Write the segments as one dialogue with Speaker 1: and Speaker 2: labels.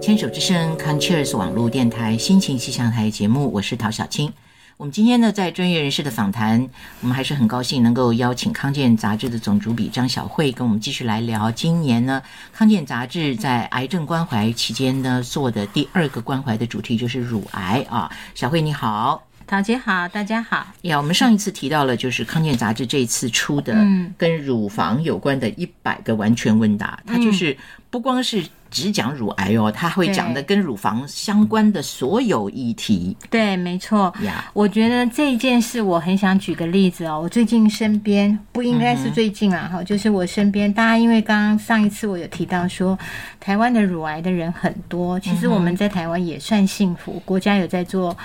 Speaker 1: 牵手之声 Concheers 网络电台心情气象台节目，我是陶小青。我们今天呢，在专业人士的访谈，我们还是很高兴能够邀请康健杂志的总主笔张晓慧跟我们继续来聊。今年呢，康健杂志在癌症关怀期间呢做的第二个关怀的主题就是乳癌啊。小慧你好，
Speaker 2: 陶姐好，大家好。
Speaker 1: 呀，我们上一次提到了，就是康健杂志这一次出的
Speaker 2: 嗯
Speaker 1: 跟乳房有关的一百个完全问答，它就是不光是只讲乳癌哦，它会讲的跟乳房相关的所有议题
Speaker 2: 对，没错。
Speaker 1: 呀。
Speaker 2: 我觉得这一件事，我很想举个例子哦。我最近身边不应该是最近啊，哈、就是我身边大家，因为刚刚上一次我有提到说，台湾的乳癌的人很多，其实我们在台湾也算幸福，国家有在做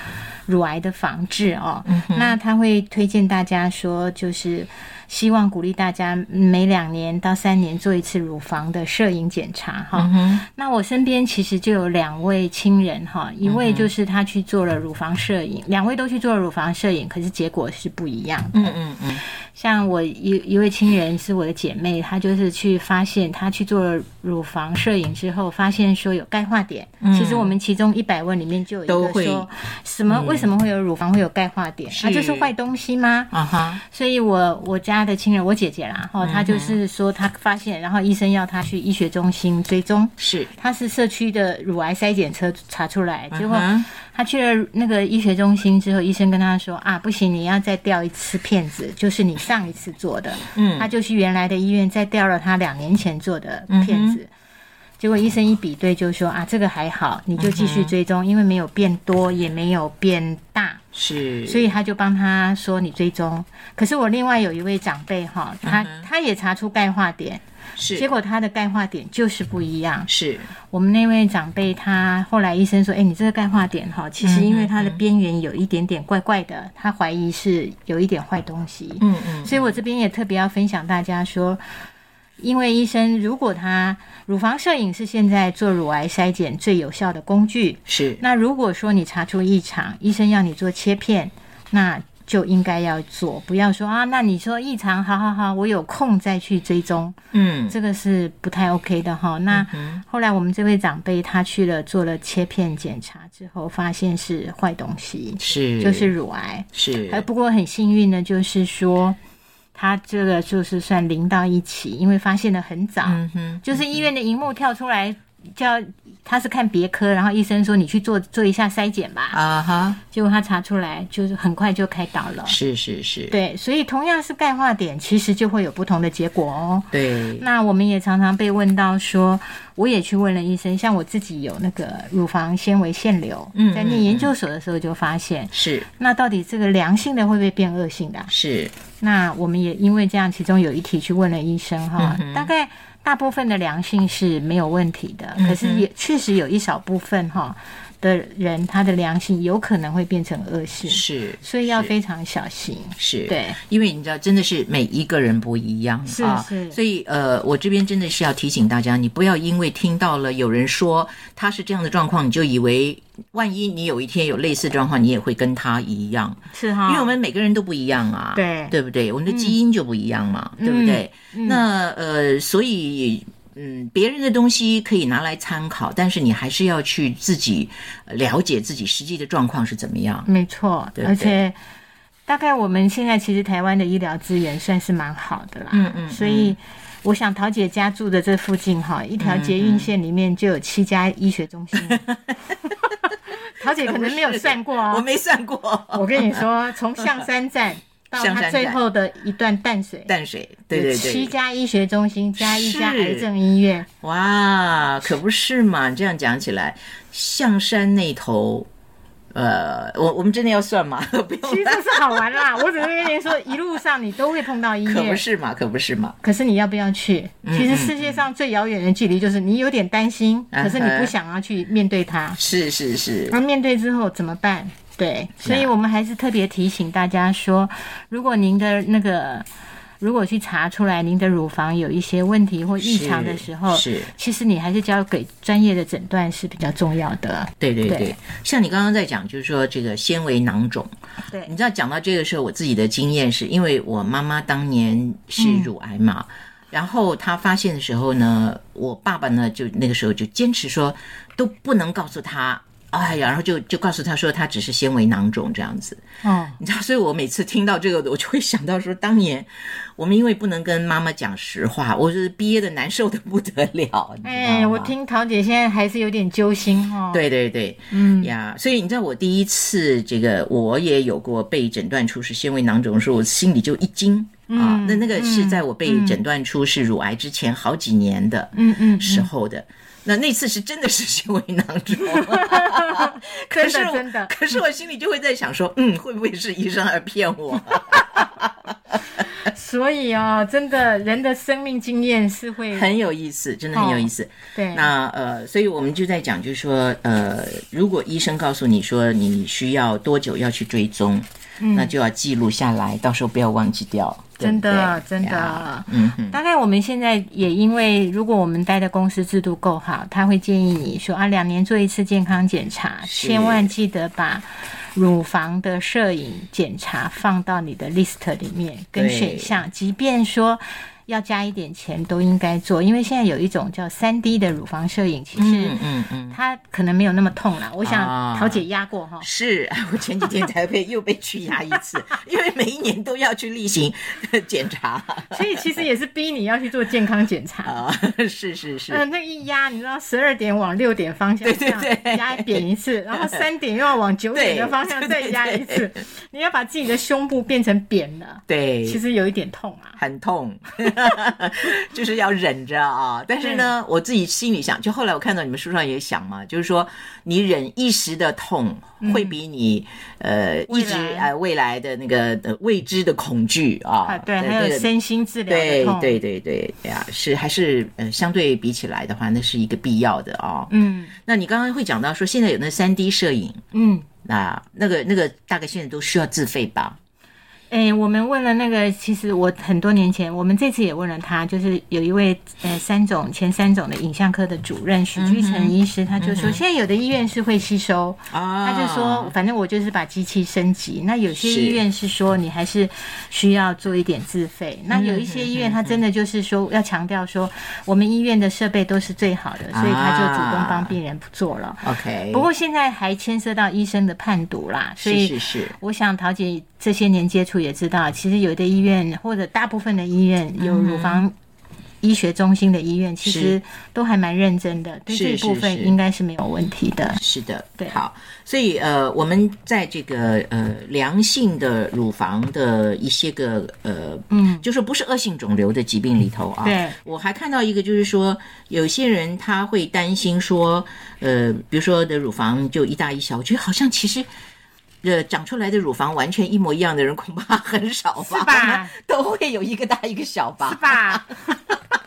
Speaker 2: 乳癌的防治哦。那他会推荐大家说，就是希望鼓励大家每两年到三年做一次乳房的摄影检查哈。那我身边其实就有两位亲人
Speaker 1: 嗯
Speaker 2: 哈，一位就是他去做了乳房摄影，两位都去做了乳房摄影，可是结果是不一样的。
Speaker 1: 嗯嗯嗯，
Speaker 2: 像我一一位亲人是我的姐妹，她就是去发现她去做了乳房摄影之后，发现说有钙化点。其实我们其中一百问里面就有
Speaker 1: 嗯
Speaker 2: 一
Speaker 1: 都
Speaker 2: 个
Speaker 1: 会嗯
Speaker 2: 说什么、为什么会有乳房会有钙化点？啊，这是坏东西吗？
Speaker 1: 啊哈，
Speaker 2: 所以我我家的亲人，我姐姐啦，
Speaker 1: 嗯
Speaker 2: 哈、她就是说她发现，然后医生要她去医学中心追踪。
Speaker 1: 是
Speaker 2: 她是社区的乳癌筛检车查出来，结果
Speaker 1: 嗯哼
Speaker 2: 她去了那个医学中心之后，医生跟她说啊，不行，你要再掉一次片子，就是你上一次做的。嗯，她就去原来的医院再掉了她两年前做的片
Speaker 1: 嗯
Speaker 2: 子。结果医生一比对就说啊，这个还好，你就继续追
Speaker 1: 嗯
Speaker 2: 踪，因为没有变多，也没有变大。
Speaker 1: 是，
Speaker 2: 所以他就帮他说你追踪。可是我另外有一位长辈哈，他、他也查出钙化点，
Speaker 1: 嗯是
Speaker 2: 结果他的钙化点就是不一样。
Speaker 1: 是
Speaker 2: 我们那位长辈他后来医生说，哎，你这个钙化点哈，其实因
Speaker 1: 嗯
Speaker 2: 为它的边缘有一点点怪怪的，他怀疑是有一点坏东西。
Speaker 1: 嗯嗯
Speaker 2: 所以我这边也特别要分享大家说，因为医生如果他乳房摄影是现在做乳癌筛检最有效的工具，
Speaker 1: 是
Speaker 2: 那如果说你查出异常，医生要你做切片，那就应该要做，不要说啊，那你说异常，好好好，我有空再去追踪，
Speaker 1: 嗯
Speaker 2: 这个是不太 OK 的哈。那后来我们这位长辈他去了做了切片检查之后，发现是坏东西，
Speaker 1: 是
Speaker 2: 就是乳癌。
Speaker 1: 是
Speaker 2: 哎还不过很幸运呢，就是说他这个就是算零到一期，因为发现的很早，
Speaker 1: 嗯哼
Speaker 2: 就是医院的荧幕跳出来叫他是看别科，然后医生说你去做做一下筛检吧，
Speaker 1: 啊哈，
Speaker 2: 结果他查出来就是很快就开刀了。
Speaker 1: 是是是，
Speaker 2: 对，所以同样是钙化点，其实就会有不同的结果哦。
Speaker 1: 对
Speaker 2: 那我们也常常被问到说，我也去问了医生，像我自己有那个乳房纤维腺瘤，
Speaker 1: 嗯
Speaker 2: 在念研究所的时候就发现，
Speaker 1: 是
Speaker 2: 那到底这个良性的会不会变恶性的啊、
Speaker 1: 是
Speaker 2: 那我们也因为这样，其中有一题去问了医生哈，大概大部分的良性是没有问题的，可是也确实有一少部分哈的人，他的良性有可能会变成恶性，
Speaker 1: 是，
Speaker 2: 所以要非常小心。
Speaker 1: 是
Speaker 2: 对，
Speaker 1: 因为你知道，真的是每一个人不一样
Speaker 2: 是
Speaker 1: 啊，
Speaker 2: 是
Speaker 1: 所以呃，我这边真的是要提醒大家，你不要因为听到了有人说他是这样的状况，你就以为万一你有一天有类似的状况，你也会跟他一样，
Speaker 2: 是哈
Speaker 1: 因为我们每个人都不一样啊，
Speaker 2: 啊对嗯
Speaker 1: 对不对？我们的基因就不一样嘛，对不对？那呃，所以。嗯，别人的东西可以拿来参考，但是你还是要去自己呃了解自己实际的状况是怎么样。
Speaker 2: 没错，
Speaker 1: 对
Speaker 2: 而且大概我们现在其实台湾的医疗资源算是蛮好的啦，嗯嗯，所以。我想桃姐家住的这附近哈，一条捷运线里面就有七家医学中 心。桃姐可能没有算过
Speaker 1: 我
Speaker 2: 哦，
Speaker 1: 没算过，
Speaker 2: 我跟你说，从象山站到
Speaker 1: 象山
Speaker 2: 它
Speaker 1: 站
Speaker 2: 最后的一段淡水，
Speaker 1: 淡水，对对
Speaker 2: 有
Speaker 1: 对，
Speaker 2: 七家医学中心加一家
Speaker 1: 是
Speaker 2: 癌症医 院，
Speaker 1: 哇，可不是嘛！这样讲起来，象山那头，呃，我我们真的要算吗？ 不
Speaker 2: 其
Speaker 1: 用
Speaker 2: 实
Speaker 1: 啦，
Speaker 2: 这是好玩啦。我只是跟你说，一路上你都会碰到医
Speaker 1: 可
Speaker 2: 院
Speaker 1: 不，是嗯嘛，可不是嘛。
Speaker 2: 可是你要不要去？其实世界上最遥远的距离就是你有点担心，
Speaker 1: 嗯哼
Speaker 2: 可是你不想要去面对它。
Speaker 1: 是是是，
Speaker 2: 那面对之后怎么办？对，所以我们还是特别提醒大家说，如果您的那个如果去查出来您的乳房有一些问题或异常的时候，
Speaker 1: 是是
Speaker 2: 其实你还是交给专业的诊断是比较重要的。
Speaker 1: 对对对。
Speaker 2: 对
Speaker 1: 像你刚刚在讲，就是说这个纤维囊肿，
Speaker 2: 对嗯
Speaker 1: 你知道讲到这个时候，我自己的经验是因为我妈妈当年是乳癌嘛。然后他发现的时候呢，我爸爸呢就那个时候就坚持说都不能告诉他，哎呀，然后就就告诉他说他只是纤维囊肿这样子。
Speaker 2: 哦，
Speaker 1: 你知道，所以我每次听到这个，我就会想到说，当年我们因为不能跟妈妈讲实话，我就是憋得难受的不得了，你知道吗？
Speaker 2: 哎，我听桃姐现在还是有点揪心哦。，
Speaker 1: 对对对，嗯呀，所以你知道我第一次这个我也有过被诊断出是纤维囊肿的时候，我心里就一惊、
Speaker 2: 嗯
Speaker 1: 啊。那那个是在我被诊断出是乳癌之前好几年的
Speaker 2: 嗯嗯，
Speaker 1: 时候的。那那次是真的是纤维囊 肿，可
Speaker 2: 真
Speaker 1: 是
Speaker 2: 的
Speaker 1: 我
Speaker 2: 真的，
Speaker 1: 可是我心里就会在想说，嗯，会不会是医生而骗我？
Speaker 2: 所以哦，真的人的生命经验是会
Speaker 1: 很有意思，真的很有意思。
Speaker 2: 嗯哦对，
Speaker 1: 那呃，所以我们就在讲，就是说，呃，如果医生告诉你说你需要多久要去追踪，那就要记录下来，到时候不要忘记掉。对
Speaker 2: 嗯真
Speaker 1: 不
Speaker 2: 的
Speaker 1: 对
Speaker 2: 真
Speaker 1: 呀
Speaker 2: 的。
Speaker 1: 嗯哼，
Speaker 2: 大概我们现在也因为，如果我们待的公司制度够好，他会建议你说啊，两年做一次健康检查，
Speaker 1: 是
Speaker 2: 千万记得把乳房的摄影检查放到你的 list 里面跟
Speaker 1: 对
Speaker 2: 选项，即便说。要加一点钱都应该做，因为现在有一种叫三 D 的乳房摄影，其实
Speaker 1: 嗯嗯嗯，
Speaker 2: 它可能没有那么痛啦。我
Speaker 1: 啊
Speaker 2: 想桃姐压过哈，
Speaker 1: 是， 哎我前几天才被又被去压一次， 因为每一年都要去例行 检查
Speaker 2: 所以其实也是逼你要去做健康检查。
Speaker 1: 啊，是是是。
Speaker 2: 嗯，那一压，你知道十二点往六点方向这样
Speaker 1: 对对对
Speaker 2: 压扁一次，然后三点又要往九点的方向再压一
Speaker 1: 对
Speaker 2: 次， 你要把自己的胸部变成扁了，
Speaker 1: 对，
Speaker 2: 其实有一点痛啊。
Speaker 1: 很痛， 就是要忍着啊。但是呢，我自己心里想，就后来我看到你们书上也想嘛，就是说你忍一时的痛，会比你、呃
Speaker 2: 嗯未
Speaker 1: 一直
Speaker 2: 来
Speaker 1: 呃未来的那个呃未知的恐惧啊，
Speaker 2: 啊，对，
Speaker 1: 呃
Speaker 2: 还
Speaker 1: 这
Speaker 2: 有
Speaker 1: 个
Speaker 2: 身心治疗的
Speaker 1: 对
Speaker 2: 痛，
Speaker 1: 对对对对呀，是还是呃相对比起来的话，那是一个必要的啊、
Speaker 2: 嗯
Speaker 1: 那你刚刚会讲到说，现在有那三 D 摄影。
Speaker 2: 嗯。
Speaker 1: 那那个那个大概现在都需要自费吧？
Speaker 2: 哎、我们问了那个，其实我很多年前，我们这次也问了他，就是有一位呃三总前三总的影像科的主任许居
Speaker 1: 嗯
Speaker 2: 成医师，他就说，现在有的医院是会吸收，
Speaker 1: 啊
Speaker 2: 他就说，反正我就是把机器升级。那有些医院是说你还是需要做一点自费，那有一些医院他真的就是说要强调说，我们医院的设备都是最好的，
Speaker 1: 啊
Speaker 2: 所以他就主动帮病人做了。
Speaker 1: OK，
Speaker 2: 不过现在还牵涉到医生的判读啦，所
Speaker 1: 是
Speaker 2: 以
Speaker 1: 是是，
Speaker 2: 我想桃姐这些年接触也知道，其实有的医院或者大部分的医院有乳
Speaker 1: 嗯
Speaker 2: 房医学中心的医院，其实都还蛮认真的，对
Speaker 1: 是
Speaker 2: 这一部
Speaker 1: 是是
Speaker 2: 分应该是没有问题的。
Speaker 1: 是的，
Speaker 2: 对
Speaker 1: 好，所以呃，我们在这个呃良性的乳房的一些个呃，
Speaker 2: 嗯，
Speaker 1: 就是不是恶性肿瘤的疾病里头啊，
Speaker 2: 对，
Speaker 1: 我还看到一个就是说，有些人他会担心说，呃，比如说的乳房就一大一小，我觉得好像其实。呃，长出来的乳房完全一模一样的人恐怕很少吧？
Speaker 2: 是吧？
Speaker 1: 都会有一个大一个小吧？
Speaker 2: 是 吧？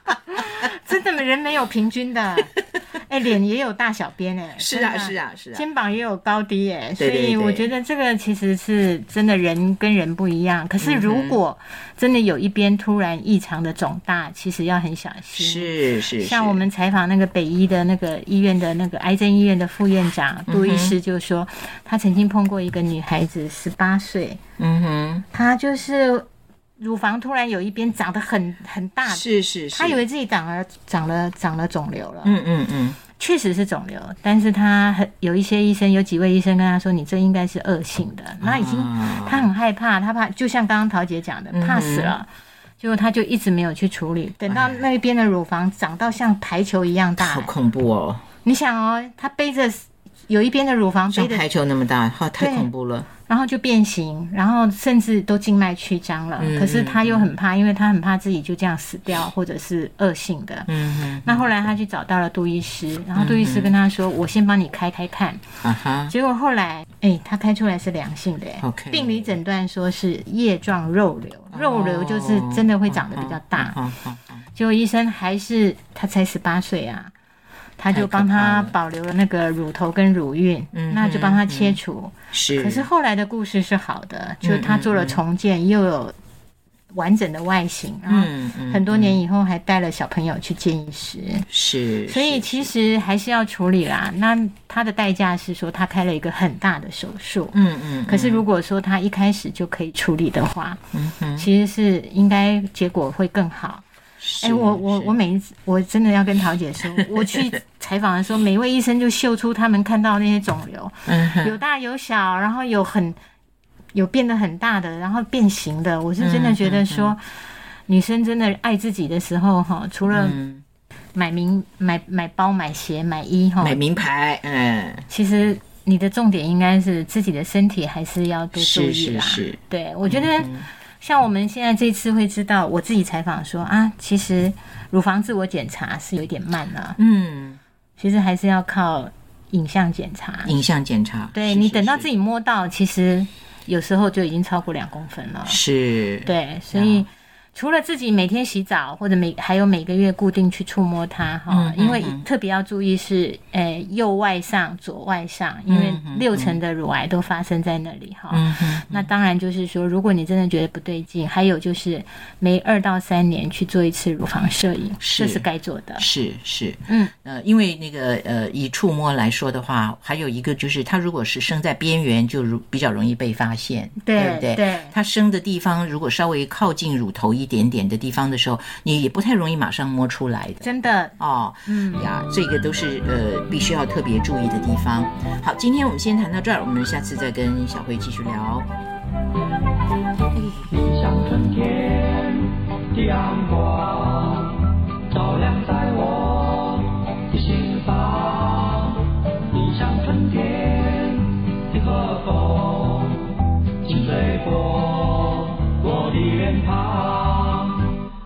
Speaker 2: 真的人没有平均的， 哎、脸也有大小边哎、
Speaker 1: 是啊，
Speaker 2: 真的
Speaker 1: 是。啊，是啊。
Speaker 2: 肩膀也有高低哎、所
Speaker 1: 对对
Speaker 2: 以我
Speaker 1: 对
Speaker 2: 觉得这个其实是真的人跟人不一样。可是如
Speaker 1: 嗯
Speaker 2: 果真的有一边突然异常的肿大，其实要很小心。
Speaker 1: 是是，
Speaker 2: 像
Speaker 1: 是
Speaker 2: 我们采访那个北医的那个医院的那个癌症医院的副院
Speaker 1: 嗯
Speaker 2: 长杜医师，就说、他曾经碰过一个女孩子，十八岁，
Speaker 1: 嗯哼，
Speaker 2: 她就是乳房突然有一边长得很很大，
Speaker 1: 是是是，
Speaker 2: 她以为自己长了长了长了肿瘤了，
Speaker 1: 嗯嗯嗯，
Speaker 2: 确实是肿瘤，但是她很有一些医生，有几位医生跟她说，你这应该是恶性的，那已经
Speaker 1: 啊
Speaker 2: 她很害怕，她怕就像刚刚桃姐讲的，
Speaker 1: 嗯
Speaker 2: 怕死了。结果她就一直没有去处理，等到那边的乳房长到像排球一样大
Speaker 1: 好，恐怖哦！
Speaker 2: 你想哦，她背着有一边的乳房
Speaker 1: 像
Speaker 2: 背着，
Speaker 1: 排球那么大，哈，太
Speaker 2: 对
Speaker 1: 恐怖了。
Speaker 2: 然后就变形，然后甚至都静脉曲张了。
Speaker 1: 嗯
Speaker 2: 可是她又很怕，因为她很怕自己就这样死掉，或者是恶性的。
Speaker 1: 嗯哼，
Speaker 2: 那后来她去找到了杜医师，然后杜
Speaker 1: 嗯
Speaker 2: 医师跟她说：“我先帮你开开看。”
Speaker 1: 啊哈，
Speaker 2: 结果后来，哎，她开出来是良性的，哎
Speaker 1: OK
Speaker 2: 病理诊断说是叶状肉瘤，肉瘤就是
Speaker 1: 哦嗯
Speaker 2: 真的会长得比较大。
Speaker 1: 好好好，
Speaker 2: 结果医生还是他才十八岁啊，他就帮
Speaker 1: 太
Speaker 2: 他
Speaker 1: 可怕了
Speaker 2: 保留了那个乳头跟乳晕，
Speaker 1: 嗯
Speaker 2: 那就帮他切除。
Speaker 1: 是，
Speaker 2: 可是后来的故事是好的，就是
Speaker 1: 嗯
Speaker 2: 他做了重建，又有完整的外形，然后
Speaker 1: 嗯嗯，
Speaker 2: 很多年以后还带了小朋友去见医师。
Speaker 1: 是，
Speaker 2: 所以
Speaker 1: 是
Speaker 2: 其实还是要处理啦。那他的代价是说他开了一个很大的手术，
Speaker 1: 嗯嗯，
Speaker 2: 可是如果说他一开始就可以处理的话，
Speaker 1: 嗯哼
Speaker 2: 其实是应该结果会更好。哎、我我
Speaker 1: 是
Speaker 2: 我每一次我真的要跟桃姐说，我去 采访的时候，每一位医生就秀出他们看到那些肿瘤，
Speaker 1: 嗯哼
Speaker 2: 有大有小，然后有很有变得很大的，然后变形的。我是真
Speaker 1: 嗯
Speaker 2: 的觉得说，女生真的爱自己的时候，哈，除了
Speaker 1: 嗯，
Speaker 2: 买名、买买包、买鞋、买衣，哈，
Speaker 1: 买名牌，嗯，
Speaker 2: 其实你的重点应该是自己的身体，还是要多注
Speaker 1: 是
Speaker 2: 意
Speaker 1: 是
Speaker 2: 啦。
Speaker 1: 是，嗯
Speaker 2: 对，我觉得像我们现在这次会知道，我自己采访说啊，其实乳房自我检查是有一点慢了、
Speaker 1: 嗯，
Speaker 2: 其实还是要靠影像检查。
Speaker 1: 影像检查，
Speaker 2: 对
Speaker 1: 是
Speaker 2: 你
Speaker 1: 是
Speaker 2: 等到
Speaker 1: 是
Speaker 2: 自己摸到，其实有时候就已经超过两公分了。
Speaker 1: 是，
Speaker 2: 对，所以除了自己每天洗澡，或者每还有每个月固定去触摸它哈，
Speaker 1: 嗯嗯
Speaker 2: 因为
Speaker 1: 嗯
Speaker 2: 特别要注意是，呃，右外上、左外上，因为
Speaker 1: 嗯嗯
Speaker 2: 六成的乳癌都发生在那里哈。
Speaker 1: 嗯哼，
Speaker 2: 那当然就是说，如果你真的觉得不对劲，还有就是每二到三年去做一次乳房摄影，
Speaker 1: 是
Speaker 2: 这是该做的。
Speaker 1: 是是，
Speaker 2: 嗯，
Speaker 1: 呃，因为那个呃，以触摸来说的话，还有一个就是，它如果是生在边缘，就如比较容易被发现，
Speaker 2: 对
Speaker 1: 不对？
Speaker 2: 对
Speaker 1: 它生的地方如果稍微靠近乳头一点点的地方的时候，你也不太容易马上摸出来的。
Speaker 2: 真的，
Speaker 1: 哦，
Speaker 2: 嗯，
Speaker 1: 呀，这个都是呃必须要特别注意的地方。好，今天我们先谈到这儿，我们下次再跟小慧继续聊。
Speaker 3: 像春天的阳光，照亮在我的心房。你像春天的和风，轻吹过我的脸庞。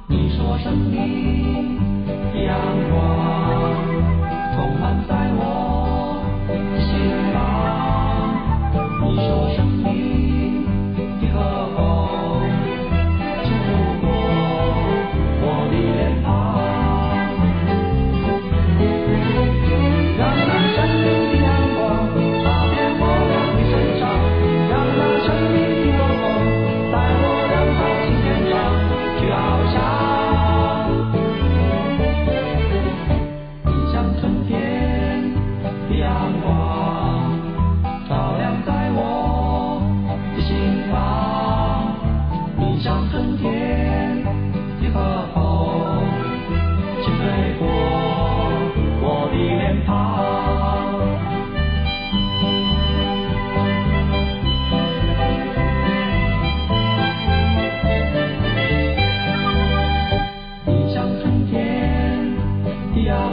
Speaker 3: 你是我生命的阳光，充满在我的心房。你是我生命的和风，触摸我的脸庞，让那生命的阳光洒遍我的身上，让那生命的和风在我的好心田上去翱翔。你像春天的阳光。照亮在我的心房。你像春天的和风，轻吹过我的脸庞。你像春天的阳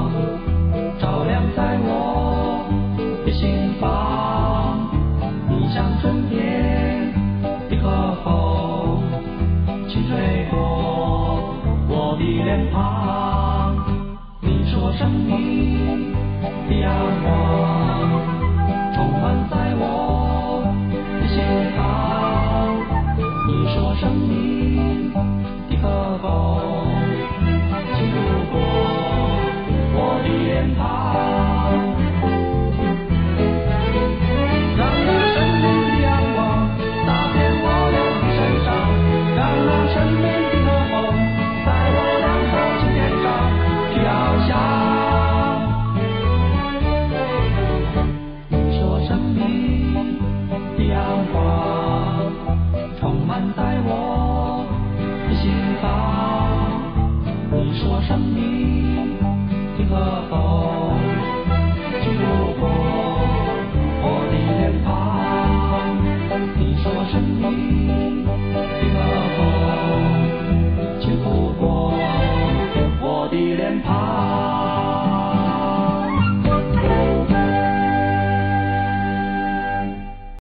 Speaker 3: 照亮在我的心房。你像春天的和风，轻吹过我的脸庞。你是我生命的阳光，充满在我的心房。你是我生命的和风，轻拂过我的脸庞，让那生命的阳光洒遍我俩的身上，让那生命的和风在我俩好青年上去翱翔。你是我生命的阳光。充满在我的心房。你是我生命的和风，经过我的脸庞。你是我生命的和风，经过我的脸庞。